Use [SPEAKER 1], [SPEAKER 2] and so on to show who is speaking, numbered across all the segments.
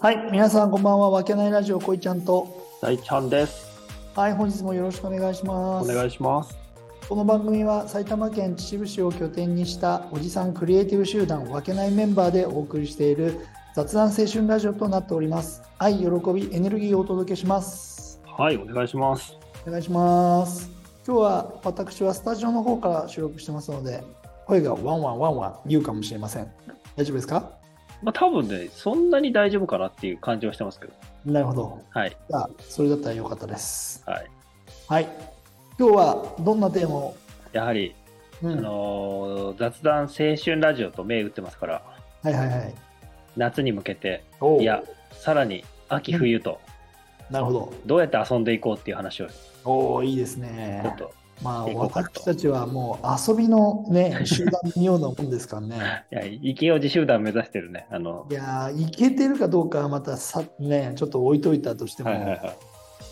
[SPEAKER 1] はい、皆さんこんばんは。わけないラジオこいちゃんと。
[SPEAKER 2] 大ちゃんです。
[SPEAKER 1] はい、本日もよろしくお願いしま
[SPEAKER 2] お
[SPEAKER 1] す。
[SPEAKER 2] 願いします。
[SPEAKER 1] この番組は埼玉県秩父市を拠点にしたおじさんクリエイティブ集団わけないメンバーでお送りしている雑談青春ラジオとなっております。愛、喜び、エネルギーをお届けします。
[SPEAKER 2] はい、お願いします。
[SPEAKER 1] お願いします。今日は私はスタジオの方から収録してますので、声がワンワンワンワン言うかもしれません。大丈夫ですか
[SPEAKER 2] まあ、多分ね、そんなに大丈夫かなっていう感じはしてますけど。
[SPEAKER 1] なるほど。
[SPEAKER 2] はい、
[SPEAKER 1] じゃあ、それだったらよかったです。
[SPEAKER 2] はい。
[SPEAKER 1] はい。今日はどんなテーマを
[SPEAKER 2] やはり、
[SPEAKER 1] うん
[SPEAKER 2] あのー雑談青春ラジオと銘打ってますから、
[SPEAKER 1] はいはいはい。
[SPEAKER 2] 夏に向けて、
[SPEAKER 1] おう
[SPEAKER 2] いや、さらに秋冬と、
[SPEAKER 1] なるほど。
[SPEAKER 2] どうやって遊んでいこうっていう話を、ち
[SPEAKER 1] おおいいです
[SPEAKER 2] ょ
[SPEAKER 1] ね
[SPEAKER 2] っ。と、
[SPEAKER 1] まあ
[SPEAKER 2] 行こうかと
[SPEAKER 1] 私たちはもう遊びの ね集団のようなもんですからね。
[SPEAKER 2] いや、生きよう自集団目指してるね。あの
[SPEAKER 1] い、やーいけてるかどうかはまたさねちょっと置いといたとしても、
[SPEAKER 2] はいはいはい。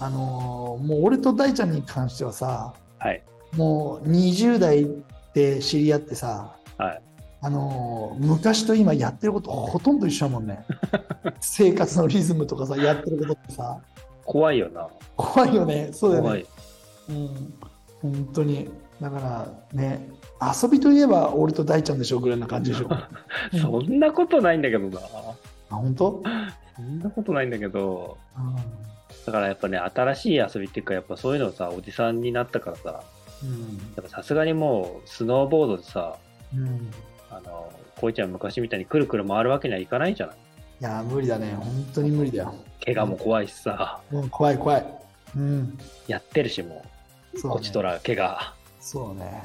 [SPEAKER 1] あのーもう俺と大ちゃんに関してはさ
[SPEAKER 2] はい、
[SPEAKER 1] もう20代で知り合ってさ。
[SPEAKER 2] はい。
[SPEAKER 1] あのー昔と今やってることほとんど一緒だもん ね生活のリズムとかさやってることってさ
[SPEAKER 2] 怖いよな。
[SPEAKER 1] 怖いよねそうだよね
[SPEAKER 2] 怖い。
[SPEAKER 1] うん、本当にだからね遊びといえば俺と大ちゃんでしょぐらいな感じでしょ
[SPEAKER 2] そんなことないんだけどな。
[SPEAKER 1] あ本当、
[SPEAKER 2] そんなことないんだけど、
[SPEAKER 1] うん
[SPEAKER 2] だからやっぱね、新しい遊びっていうか、やっぱそういうのさ、おじさんになったからさ、やっぱさすがにもう、スノーボードでさ、
[SPEAKER 1] うんうん、
[SPEAKER 2] あの、こいちゃん昔みたいにくるくる回るわけにはいかないじゃない
[SPEAKER 1] いや無理だね本当に無理だよ
[SPEAKER 2] 怪我も怖いしさ、
[SPEAKER 1] もう怖い怖いうん
[SPEAKER 2] やってるしもう、
[SPEAKER 1] そう
[SPEAKER 2] こ
[SPEAKER 1] だ
[SPEAKER 2] ち
[SPEAKER 1] ね
[SPEAKER 2] とら怪我。
[SPEAKER 1] そうね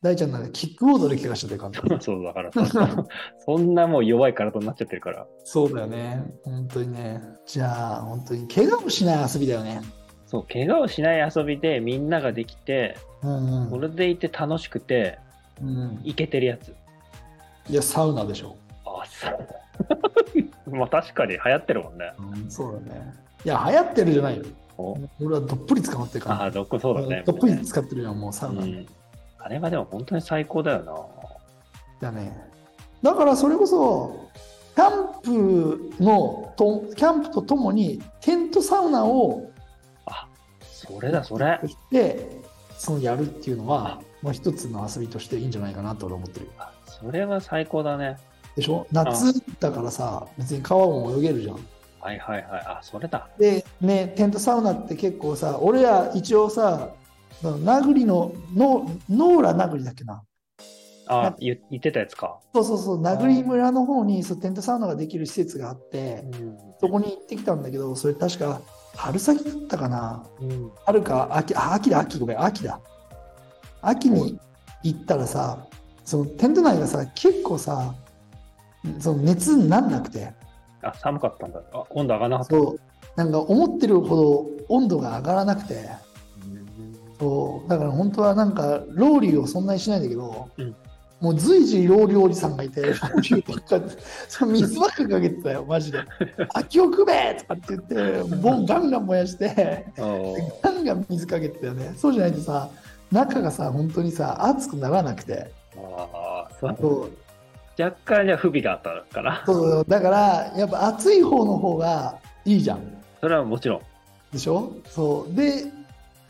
[SPEAKER 1] 大ちゃんなんかキックボードで怪我しちゃってる感 じ
[SPEAKER 2] そうだからさ、そんなもう弱い体になっちゃってるから、
[SPEAKER 1] そうだよね本当にねじゃあ本当に怪我をしない遊びだよね
[SPEAKER 2] そう、怪我をしない遊びでみんなができて、
[SPEAKER 1] うん
[SPEAKER 2] そうれでいて楽しくて、
[SPEAKER 1] ん、うん、い
[SPEAKER 2] いけてるやつ。
[SPEAKER 1] やサウナでしょ、
[SPEAKER 2] あ、そう。 まあ確かに流行ってるもんね。
[SPEAKER 1] うん、そうだねいや流行ってるじゃないよ
[SPEAKER 2] お
[SPEAKER 1] 俺はどっぷり捕まってるから
[SPEAKER 2] ああ、どっこそうだね。
[SPEAKER 1] どっぷり使ってるよもうサウナ、
[SPEAKER 2] うん、あれはでも本当に最高だよな。
[SPEAKER 1] だねだからそれこそキャンプのとキャンプとともにテントサウナを
[SPEAKER 2] それだ、それ。
[SPEAKER 1] してそのやるっていうのはもう一つの遊びとしていいんじゃないかなと俺は思ってる
[SPEAKER 2] あそれは最高だね。
[SPEAKER 1] でしょ夏だからさ別に川も泳げるじゃん
[SPEAKER 2] はいはいはい。あ、それだ。
[SPEAKER 1] でねテントサウナって結構さ俺ら一応さその名栗ののノーラ名栗だっけな
[SPEAKER 2] あ、言言ってたやつか。
[SPEAKER 1] そうそうそう名栗村の方にそうテントサウナができる施設があって、そこに行ってきたんだけど、それ確か春先だったかな。
[SPEAKER 2] うん。
[SPEAKER 1] 春か秋、あ、秋だ、秋、ごめん、秋だ。秋に行ったらさ、そのテント内がさ、結構さ、その熱になんなくて、
[SPEAKER 2] あ、寒かったんだ。あ、温度上がらなかった。
[SPEAKER 1] そう、なんか思ってるほど温度が上がらなくて、
[SPEAKER 2] うん
[SPEAKER 1] そう、だから本当はなんか、ロウリュをそんなにしないんだけど、
[SPEAKER 2] うん
[SPEAKER 1] もう随時ロウリュおじさんがいて、 ロウリュばっかり、その水ばっかかけてたよ、マ ジで。秋をくべとかって言って、ボンガンガン燃やして、
[SPEAKER 2] お ー
[SPEAKER 1] ガンガン水かけてたよね。そうじゃないとさ、中がさ、本当にさ、熱くならなくて。
[SPEAKER 2] あーそう
[SPEAKER 1] そう
[SPEAKER 2] 若干じゃあ不備があったかな。
[SPEAKER 1] そうだから、やっぱ熱い方の方がいいじゃん。
[SPEAKER 2] それはもちろん。
[SPEAKER 1] でしょそう。で、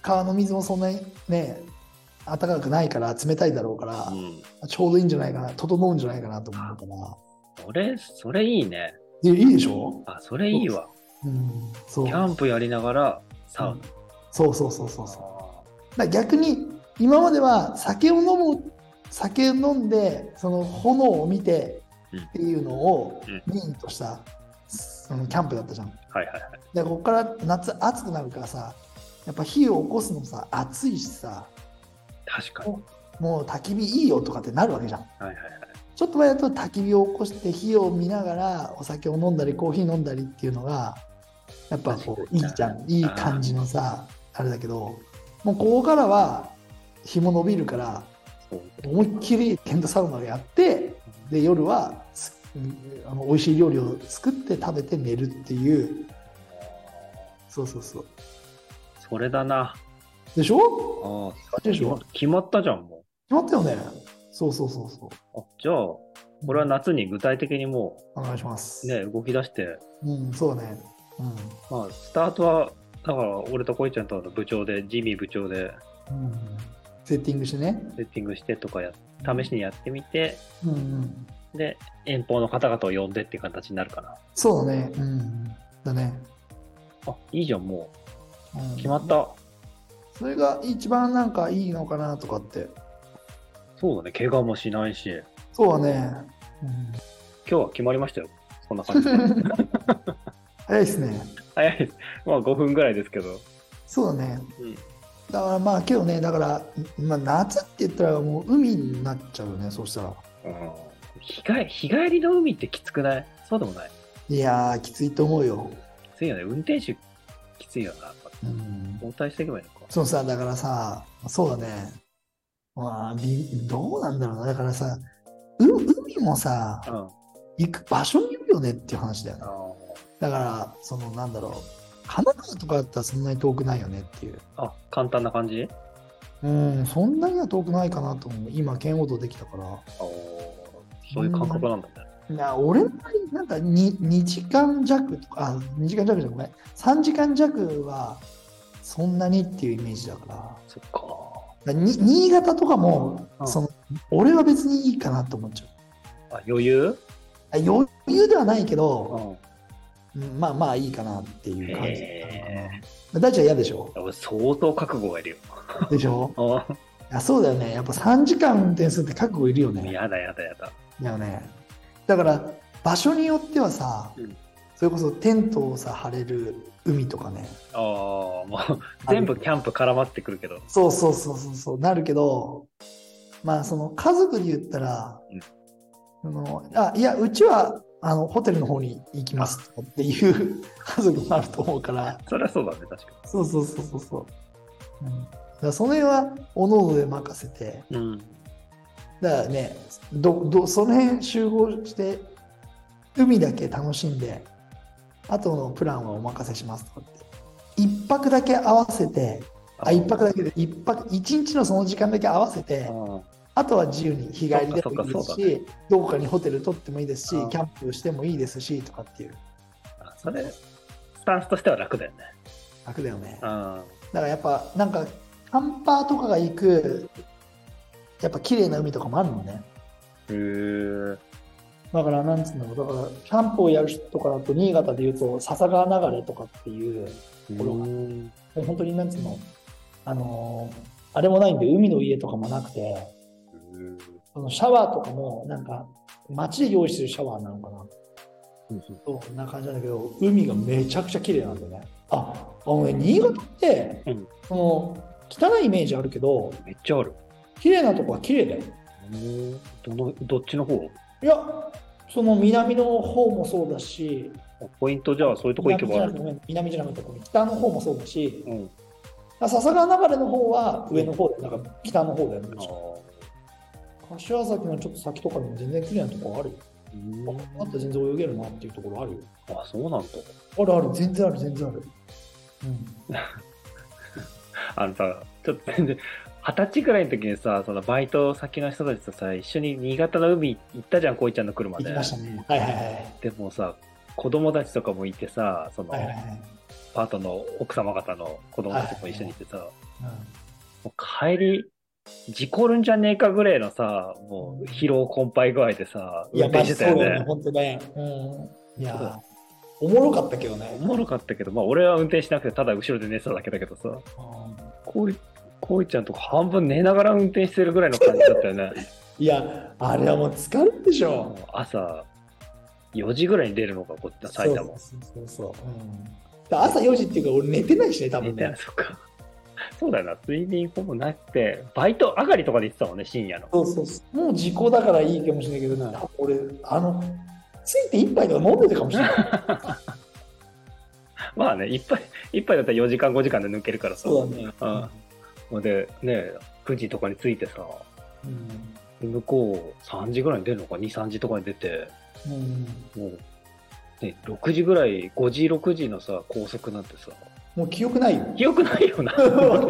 [SPEAKER 1] 川の水もそんなにね、暖かくないから、冷たいだろうから
[SPEAKER 2] う、ん。
[SPEAKER 1] ちょうどいいんじゃないかな、整うんじゃないかなと思うから。
[SPEAKER 2] それ、それいいね。
[SPEAKER 1] でいいでしょ
[SPEAKER 2] あ、それいいわ。
[SPEAKER 1] うん、そう
[SPEAKER 2] キャンプやりながらサウナ。
[SPEAKER 1] そうそうそうそうそう
[SPEAKER 2] あ
[SPEAKER 1] だから逆に今までは酒を飲む酒を飲んでその炎を見て
[SPEAKER 2] うん
[SPEAKER 1] っていうのを
[SPEAKER 2] うん
[SPEAKER 1] メインとしたそのキャンプだったじゃん
[SPEAKER 2] ーはいはいはい。
[SPEAKER 1] でここから夏暑くなるからさやっぱ火を起こすのもさ暑いしさ
[SPEAKER 2] 確かに。
[SPEAKER 1] もう焚き火いいよとかってなるわけじゃん
[SPEAKER 2] はいはいはい。
[SPEAKER 1] ちょっと前だと焚き火を起こして火を見ながらお酒を飲んだりコーヒー飲んだりっていうのがやっぱこういいじゃんいい感じのさあれだけどもうここからは日も伸びるから
[SPEAKER 2] そう
[SPEAKER 1] 思いっきりテントサウナをやってで夜はすうんあの美味しい料理を作って食べて寝るっていうそうそうそう
[SPEAKER 2] それだな。
[SPEAKER 1] でしょ
[SPEAKER 2] ああ、
[SPEAKER 1] でしょ
[SPEAKER 2] 決まったじゃん、も
[SPEAKER 1] 決まったよねそうそうそうそう
[SPEAKER 2] う。あじゃあ、これは夏に具体的にも
[SPEAKER 1] お願いします。
[SPEAKER 2] うね、動き出して、
[SPEAKER 1] うん、そうね。
[SPEAKER 2] まあ、スタートは、だから俺とこいちゃんとの部長で、ジミー部長で
[SPEAKER 1] うん。うん、セッティングしてね。
[SPEAKER 2] セッティングしてとかや、試しにやってみて、
[SPEAKER 1] うんうん。
[SPEAKER 2] で、遠方の方々を呼んでって形になるかな。
[SPEAKER 1] そうだね。うん。だね。
[SPEAKER 2] あ、いいじゃん、も
[SPEAKER 1] うん
[SPEAKER 2] う。決まった。
[SPEAKER 1] それが一番なんかいいのかなとかって。
[SPEAKER 2] そうだね、怪我もしないし、今
[SPEAKER 1] そうだね。 うん、
[SPEAKER 2] 日は決まりましたよ。そんな感じで。
[SPEAKER 1] 早いですね。
[SPEAKER 2] 早いです。まあ5分ぐらいですけど。
[SPEAKER 1] そうだね。
[SPEAKER 2] うん
[SPEAKER 1] だからまあけどね、だから、まあ、夏って言ったらもう海になっちゃうよね、そうしたら。
[SPEAKER 2] うん日帰日帰りの海ってきつくないそうでもない。
[SPEAKER 1] いやー、きついと思うよ。
[SPEAKER 2] きついよね。運転手きついよな。やっぱ
[SPEAKER 1] うん、
[SPEAKER 2] 交代していけばいいのか。
[SPEAKER 1] そうさ、だからさ、そうだね。まあ、びどうなんだろうな。だからさ、う海もさ、
[SPEAKER 2] うん。あ
[SPEAKER 1] 行く場所によるよねっていう話だよな。
[SPEAKER 2] ー
[SPEAKER 1] だから、そのなんだろう。神奈川とかだったらそんなに遠くないよねっていう。
[SPEAKER 2] あ、簡単な感じ
[SPEAKER 1] うん、そんなには遠くないかなと思う。今、圏央道できたから。
[SPEAKER 2] あーそういう感覚なんだね。
[SPEAKER 1] な俺の場合なんか 2, 2時間弱とかあ2時間弱じゃごめん3時間弱はそんなにっていうイメージだから
[SPEAKER 2] そっ
[SPEAKER 1] だ
[SPEAKER 2] か。
[SPEAKER 1] に新潟とかも、
[SPEAKER 2] うん
[SPEAKER 1] その俺は別にいいかなと思っちゃう
[SPEAKER 2] あ、余裕
[SPEAKER 1] あ余裕ではないけ
[SPEAKER 2] う
[SPEAKER 1] ど、
[SPEAKER 2] ん。
[SPEAKER 1] うんまあまあいいかなっていう感じだったか
[SPEAKER 2] へ
[SPEAKER 1] な大ちゃん嫌でしょ
[SPEAKER 2] え。俺相当覚悟がいるよ。
[SPEAKER 1] でしょ
[SPEAKER 2] あー
[SPEAKER 1] いやそうだよねやっぱ3時間運転するって覚悟いるよね
[SPEAKER 2] やだやだやだ。
[SPEAKER 1] だよねだから場所によってはさ、
[SPEAKER 2] うん
[SPEAKER 1] それこそテントをさ張れる海とかね
[SPEAKER 2] ああ、もう全部キャンプ絡まってくるけど。
[SPEAKER 1] そうそうそうそうそうなるけどまあその家族で言ったら、
[SPEAKER 2] うん
[SPEAKER 1] そのあいやうちはあのホテルの方に行きますとかっていう 家族もあると思うから
[SPEAKER 2] そりゃそうだね、確か
[SPEAKER 1] そうそうそうそうそう、うん、だからその辺はおのおので任せて
[SPEAKER 2] に。うん。
[SPEAKER 1] だからねどどその辺集合して海だけ楽しんであとのプランはお任せしますとかって一泊だけ合わせてあ一泊だけで一泊一日のその時間だけ合わせて
[SPEAKER 2] うん
[SPEAKER 1] あとは自由に日帰りでもいいで
[SPEAKER 2] そっか
[SPEAKER 1] す
[SPEAKER 2] そっかそうだ
[SPEAKER 1] し、
[SPEAKER 2] ね
[SPEAKER 1] どこかにホテル取ってもいいですし
[SPEAKER 2] うん
[SPEAKER 1] キャンプしてもいいですしとかっていう
[SPEAKER 2] あそれ、スタンスとしては楽だよね。
[SPEAKER 1] 楽だよね
[SPEAKER 2] う
[SPEAKER 1] だか
[SPEAKER 2] ん。
[SPEAKER 1] らやっぱなんかキャンパーとかが行くやっぱ綺麗な海とかもあるのね
[SPEAKER 2] へー
[SPEAKER 1] だからなんつうんだろうだからキャンプをやる人とかだと新潟でいうと笹川流れとかっていう
[SPEAKER 2] うん
[SPEAKER 1] これはもう本当になんつうのあのーあれもないんで海の家とかもなくてそのシャワーとかもなんか街で用意してるシャワーなのかなそうこんな感じなんだけど海がめちゃくちゃ綺麗なんだよねああのね新潟って、
[SPEAKER 2] うん
[SPEAKER 1] その汚いイメージあるけど
[SPEAKER 2] めっちゃある。
[SPEAKER 1] 綺麗なとこは綺麗だよ
[SPEAKER 2] どのどっちの方
[SPEAKER 1] いやその南の方もそうだし
[SPEAKER 2] ポイントじゃあそういうとこ行け
[SPEAKER 1] 南じ
[SPEAKER 2] ば
[SPEAKER 1] ゃ
[SPEAKER 2] あ
[SPEAKER 1] なく
[SPEAKER 2] る。
[SPEAKER 1] てごめん南じゃなくてごめん北の方もそうだし
[SPEAKER 2] うん、
[SPEAKER 1] 笹川流れの方は上の方でなんか北の方だよね
[SPEAKER 2] あ
[SPEAKER 1] 柏崎のちょっと先とかにも全然綺麗なとこあるよあ
[SPEAKER 2] ー
[SPEAKER 1] と全然泳げるなっていうところあるよ
[SPEAKER 2] あそうなんだ。
[SPEAKER 1] あるある全然ある全然あるうん
[SPEAKER 2] あのさ、ちょっと全然、二十歳ぐらいの時にさ、そのバイト先の人たちとさ、一緒に新潟の海行ったじゃん、こいちゃんの車
[SPEAKER 1] 行き
[SPEAKER 2] で
[SPEAKER 1] ま。したねはいはいはい
[SPEAKER 2] でもさ、子供たちとかもいてさ、その、
[SPEAKER 1] はいはいはい
[SPEAKER 2] パートの奥様方の子供たちも一緒にいてさ、
[SPEAKER 1] うん
[SPEAKER 2] もう帰り、事故るんじゃねえかぐらいのさ、もう疲労困憊具合でさ、
[SPEAKER 1] い
[SPEAKER 2] 運
[SPEAKER 1] や、ま
[SPEAKER 2] 転
[SPEAKER 1] あ、
[SPEAKER 2] し
[SPEAKER 1] そう
[SPEAKER 2] てたよ
[SPEAKER 1] だよね、
[SPEAKER 2] ね。
[SPEAKER 1] 本当ね。うん。い
[SPEAKER 2] そう
[SPEAKER 1] や
[SPEAKER 2] だ、
[SPEAKER 1] おもろかったけどね
[SPEAKER 2] お。もろかったけど、まあ俺は運転しなくて、ただ後ろで寝てただけだけどさ、
[SPEAKER 1] うん
[SPEAKER 2] こうい、こういちゃんとか半分寝ながら運転してるぐらいの感じだったよね。
[SPEAKER 1] いや、あれはもう疲れるでしょ。
[SPEAKER 2] 朝、4時ぐらいに出るのがこっち埼玉。
[SPEAKER 1] そうそうそうそう。うん、だから朝4時っていうか、俺寝てないしね、多
[SPEAKER 2] 寝
[SPEAKER 1] 分
[SPEAKER 2] てない
[SPEAKER 1] ね。
[SPEAKER 2] そっか。そうだよな、睡眠ほぼなくて、バイト上がりとかで行ってたもんね、深夜の。
[SPEAKER 1] そうそうそう。もう時効だからいいかもしれないけど、多分俺、あの、ついて一杯とか飲んでたかもしれない。
[SPEAKER 2] まあね、一杯、一杯だったら4時間5時間で抜けるからさ。
[SPEAKER 1] そうだね。
[SPEAKER 2] うんほんで、ね、9時とかに着いてさ、
[SPEAKER 1] うん。
[SPEAKER 2] 向こう3時ぐらいに出るのか、2、3時とかに出て、
[SPEAKER 1] うん、
[SPEAKER 2] もう、ね、6時ぐらい、5時、6時のさ、高速なんてさ、
[SPEAKER 1] もう記憶ないよ。
[SPEAKER 2] 記憶ないよな。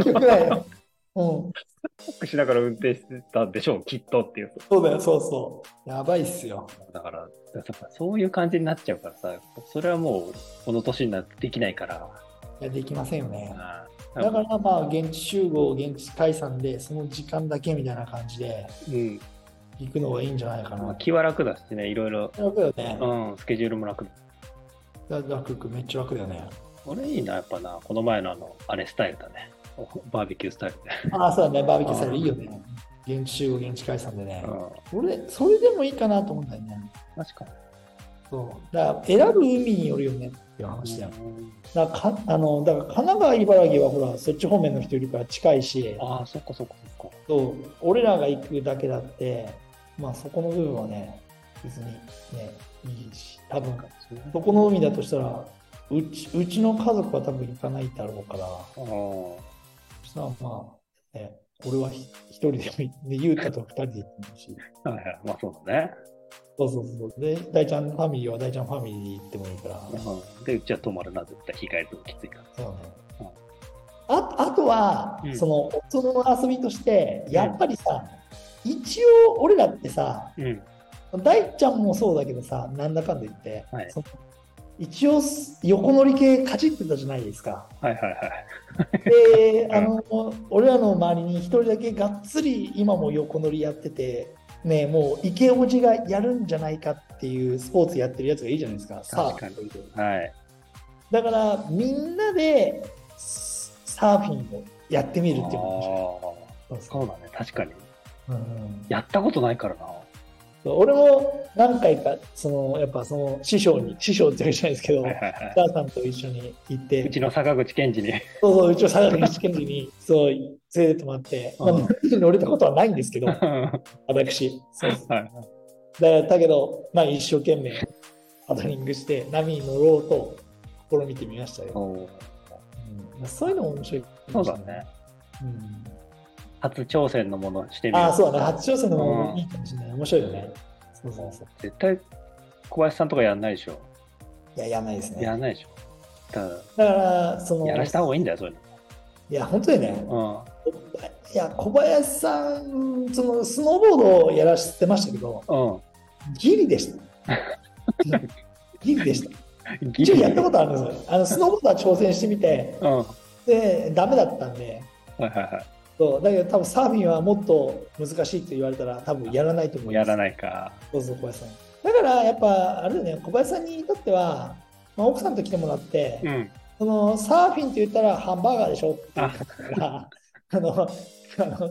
[SPEAKER 1] 記憶ないよ。うん、
[SPEAKER 2] しながら運転してたんでしょう、きっとっていう。
[SPEAKER 1] そうだよ、そうそやばいっすよ。
[SPEAKER 2] だから、だからそういう感じになっちゃうからさ、それはもう、この年になってできないから。
[SPEAKER 1] いや、できませんよね。
[SPEAKER 2] うん
[SPEAKER 1] だからまあ、現地集合、現地解散で、その時間だけみたいな感じで
[SPEAKER 2] うん。
[SPEAKER 1] 行くのがいいんじゃないか
[SPEAKER 2] まあ、
[SPEAKER 1] な。
[SPEAKER 2] 気は楽だしね、いろいろ、
[SPEAKER 1] 楽だよね。
[SPEAKER 2] うん、スケジュールも楽だ。
[SPEAKER 1] だ楽くめっちゃ楽だよね。
[SPEAKER 2] これいいな、やっぱな、この前のあの、あれスタイルだね。バーベキュースタイルで。
[SPEAKER 1] ああ、そうだね。バーベキューされるいいよね。現地集合、現地解散でね。
[SPEAKER 2] うん、
[SPEAKER 1] 俺、それでもいいかなと思うんだよね。
[SPEAKER 2] 確かに。
[SPEAKER 1] そう。だから、選ぶ海によるよねっていう話だよ。
[SPEAKER 2] うん
[SPEAKER 1] だからか、あの、だから神奈川、茨城はほら、そっち方面の人いるから近いし、
[SPEAKER 2] ああ、そっかそっかそっか。
[SPEAKER 1] そう、俺らが行くだけだって、まあそこの部分はね、別にね、いいし、多分、そこの海だとしたら、うちうちの家族は多分行かないだろうから、
[SPEAKER 2] あー
[SPEAKER 1] そしたらまあ、ね、俺はひ一人でも行って、ゆうたと二人で行ってもいいし、
[SPEAKER 2] はいはいまあそうだね。
[SPEAKER 1] そうそうそう、で、大ちゃんファミリーは大ちゃんファミリーで行ってもいいから、
[SPEAKER 2] うん、で、うちは泊まるな、絶対、日帰りときついから。
[SPEAKER 1] そうね
[SPEAKER 2] うん。
[SPEAKER 1] ああとは、
[SPEAKER 2] うん
[SPEAKER 1] そのその遊びとしてやっぱりさ、一応俺らってさ
[SPEAKER 2] うん。
[SPEAKER 1] 大ちゃんもそうだけどさなんだかんだ言って、
[SPEAKER 2] はい
[SPEAKER 1] その一応す横乗り系カチッとたじゃないですか
[SPEAKER 2] はいはいはい。
[SPEAKER 1] で
[SPEAKER 2] うん
[SPEAKER 1] あの俺らの周りに一人だけがっつり今も横乗りやっててねもう池おじがやるんじゃないかっていうスポーツやってるやつがいいじゃないですかサーフィンという
[SPEAKER 2] はい。
[SPEAKER 1] だからみんなでササーフィンをやってみるっていうこ
[SPEAKER 2] ああ、そうだね、確かに。
[SPEAKER 1] と、うん
[SPEAKER 2] やったことないからな。
[SPEAKER 1] 俺も何回かそのやっぱその師匠に師匠って言うじゃないですけど、
[SPEAKER 2] はいはいは
[SPEAKER 1] 母さんと一緒に行っ
[SPEAKER 2] い。う
[SPEAKER 1] て
[SPEAKER 2] ちの坂口健二に。
[SPEAKER 1] そうそううちの佐賀県試験時に そう連れてってもらって、まあ
[SPEAKER 2] うん、
[SPEAKER 1] 乗れたことはないんです けど
[SPEAKER 2] は
[SPEAKER 1] 私そうそう
[SPEAKER 2] いはい。
[SPEAKER 1] だからだけど、まあ、一生懸命パドリングして波に乗ろうと試みてみましたよ、
[SPEAKER 2] おー
[SPEAKER 1] うんそういうのも面白い
[SPEAKER 2] そうだね。
[SPEAKER 1] うん
[SPEAKER 2] 初挑戦のものしてみる
[SPEAKER 1] ああ、そうだね。初挑戦の方がいいかもしれない。面白いよね。そうそうそう。
[SPEAKER 2] 絶対、小林さんとかやんないでしょ。
[SPEAKER 1] いや、やらないですね。
[SPEAKER 2] や
[SPEAKER 1] だ
[SPEAKER 2] んないでしょ。だか
[SPEAKER 1] から、その、
[SPEAKER 2] ら、やらした方がいいんだよ、そういう
[SPEAKER 1] いや、本当にね。
[SPEAKER 2] の。
[SPEAKER 1] いや、小林さん、その、スノーボードをやらせてましたけど、
[SPEAKER 2] うん。う
[SPEAKER 1] ギリでした。ギリでした。
[SPEAKER 2] ん。ギ
[SPEAKER 1] 一応やったことあるんですよ。あの、スノーボードは挑戦してみて、
[SPEAKER 2] うん。は
[SPEAKER 1] で、ダメだったんで、
[SPEAKER 2] いはいは
[SPEAKER 1] そうだけど多分サーフィンはもっと難しいって言われたら多分やらないと
[SPEAKER 2] い。
[SPEAKER 1] 思
[SPEAKER 2] もう
[SPEAKER 1] い
[SPEAKER 2] や
[SPEAKER 1] ます。
[SPEAKER 2] らないか。
[SPEAKER 1] そうそう小林さん。だからやっぱあれだよね小林さんにとっては、まあ、奥さんと来てもらって、
[SPEAKER 2] うん。
[SPEAKER 1] そのサーフィンって言ったらハンバーガーでしょって言った から。あのあの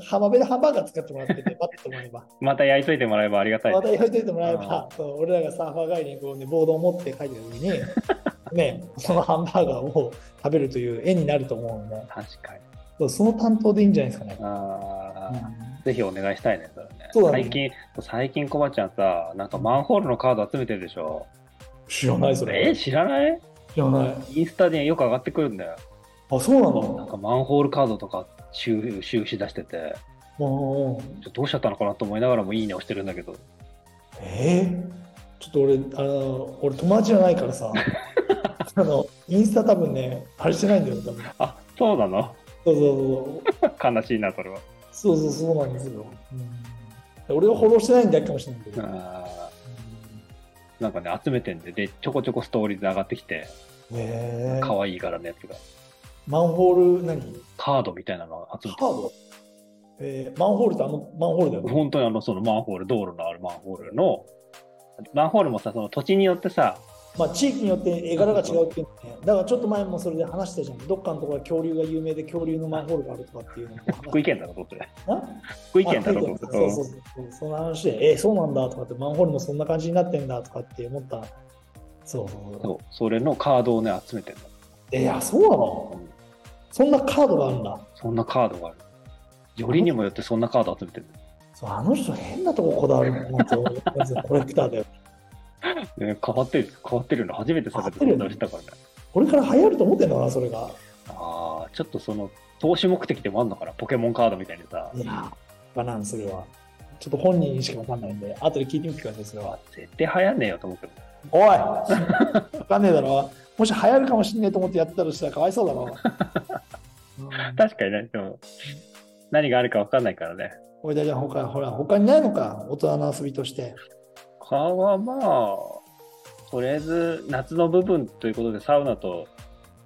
[SPEAKER 1] 浜辺でハンバーガー使ってもらってて、待っててもらえば、
[SPEAKER 2] また焼いといてもらえばありがたい
[SPEAKER 1] また
[SPEAKER 2] ね。
[SPEAKER 1] 言いといてもらえ
[SPEAKER 2] あ
[SPEAKER 1] ば、そう俺らがサーファー帰りにこう、ね、ボードを持って帰ってた時に、 ね、そのハンバーガーを食べるという絵になると思うので
[SPEAKER 2] 確かに。
[SPEAKER 1] そう、その担当でいいんじゃないですかね。
[SPEAKER 2] ああ。
[SPEAKER 1] うん
[SPEAKER 2] ぜひお願いしたいね、それね。
[SPEAKER 1] そうだね
[SPEAKER 2] 最近、最近、コバちゃんさ、なんかマンホールのカード集めてるでしょ。
[SPEAKER 1] 知らない、そ
[SPEAKER 2] え、
[SPEAKER 1] れ。
[SPEAKER 2] 知らない
[SPEAKER 1] 知らない。
[SPEAKER 2] インスタによく上がってくるんだよ。
[SPEAKER 1] あ、そうな
[SPEAKER 2] なん
[SPEAKER 1] の
[SPEAKER 2] かマンホールカードとか収収し出してて、
[SPEAKER 1] うんうんうん
[SPEAKER 2] ちょっとどうしちゃったのかなと思いながらもいいねをしてるんだけど、
[SPEAKER 1] えー、ちょっと俺あの俺友達じゃないから さあのインスタ多分ねあれしてないんだよ多分
[SPEAKER 2] あそうなの
[SPEAKER 1] そう
[SPEAKER 2] 悲しいな、それは。
[SPEAKER 1] そうそうそうそうそうなんですよ、うん、俺はフォローしてないんだけかもしれないけど、
[SPEAKER 2] あーなんかね、集めてんで、で、ちょこちょこストーリーで上がってきて、
[SPEAKER 1] うんえ
[SPEAKER 2] 可
[SPEAKER 1] ー、
[SPEAKER 2] 愛いからのやつが、
[SPEAKER 1] マンホール何
[SPEAKER 2] カードみたいなの集
[SPEAKER 1] カ
[SPEAKER 2] め
[SPEAKER 1] ー
[SPEAKER 2] てる
[SPEAKER 1] ドえー、マンホールってあのマンホールだよね
[SPEAKER 2] 本当にあの、そのマンホール、道路のあるマンホールの、マンホールもさ、その土地によってさ、
[SPEAKER 1] まあ地域によって絵柄が違うっていうのねだからちょっと前もそれで話したじゃんどっかのところは恐竜が有名で恐竜のマンホールがあるとかっていうのを話
[SPEAKER 2] 福井県だろ、どうせ。
[SPEAKER 1] な
[SPEAKER 2] 福井県だろ、どう
[SPEAKER 1] あ
[SPEAKER 2] せ。
[SPEAKER 1] 福井県そうそうそうその話で、えそうなんだとかって、マンホールもそんな感じになってんだとかって思った。そうそう
[SPEAKER 2] そ
[SPEAKER 1] そう
[SPEAKER 2] う、それのカードをね、集めてる
[SPEAKER 1] えいや、そうな
[SPEAKER 2] の、
[SPEAKER 1] のそんなカードがあるんだ。
[SPEAKER 2] そんなカードがある。よりにもよってそんなカード集めてる。
[SPEAKER 1] そうあの人、変なとここだわるの。本当コレクターだよ。
[SPEAKER 2] ね、変わってる、変わってるの初めて探して
[SPEAKER 1] 変わってる
[SPEAKER 2] る
[SPEAKER 1] の
[SPEAKER 2] のしたからね。
[SPEAKER 1] これから流行ると思ってんのかな、それが。
[SPEAKER 2] ああ、ちょっとその、投資目的でもあんのかなポケモンカードみたいにさ。
[SPEAKER 1] いや、バナン、それは。ちょっと本人にしかわかんないんで、後で聞いてみてください、それは。
[SPEAKER 2] 絶対流行んねえよと思っても。
[SPEAKER 1] おいわかんねえだろ。もし流行るかもしんねえと思ってやってたとしたらかわいそうだろ。うん
[SPEAKER 2] 確かにね、でも、何があるか分かんないからね。
[SPEAKER 1] おい大ちゃん他ほら他にないのか大人の遊びとして
[SPEAKER 2] 他はまあ、とりあえず夏の部分ということで、サウナと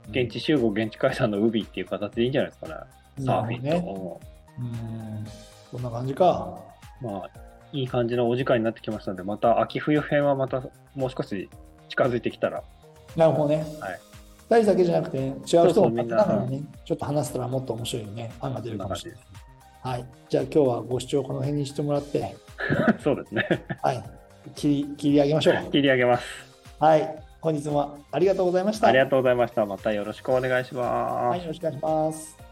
[SPEAKER 2] 現地集合、現地解散の海っていう形でいいんじゃないですかね。サーフィンと。
[SPEAKER 1] なるほどね。うん。こんな感じか。
[SPEAKER 2] うんまあ、いい感じのお時間になってきましたので、また秋冬編はまたもう少し近づいてきたら、
[SPEAKER 1] なるほどね。
[SPEAKER 2] はい。
[SPEAKER 1] 大事だけじゃなくて、違う
[SPEAKER 2] そう
[SPEAKER 1] 人
[SPEAKER 2] そう
[SPEAKER 1] も
[SPEAKER 2] みんな
[SPEAKER 1] だからね、ちょっと話せたらもっと面白いね、案が出
[SPEAKER 2] そん
[SPEAKER 1] る
[SPEAKER 2] な
[SPEAKER 1] か
[SPEAKER 2] 感
[SPEAKER 1] もし
[SPEAKER 2] じ
[SPEAKER 1] れ
[SPEAKER 2] で
[SPEAKER 1] ない。はい。じゃあ今日はご視聴この辺にしてもらって、
[SPEAKER 2] す。 そうですね。
[SPEAKER 1] はい。切り切り上げましょう。
[SPEAKER 2] 切り上げます。
[SPEAKER 1] はい。本日もありがとうございました。
[SPEAKER 2] ありがとうございました。またよろしくお願いします。
[SPEAKER 1] はい、よろしくお願いします。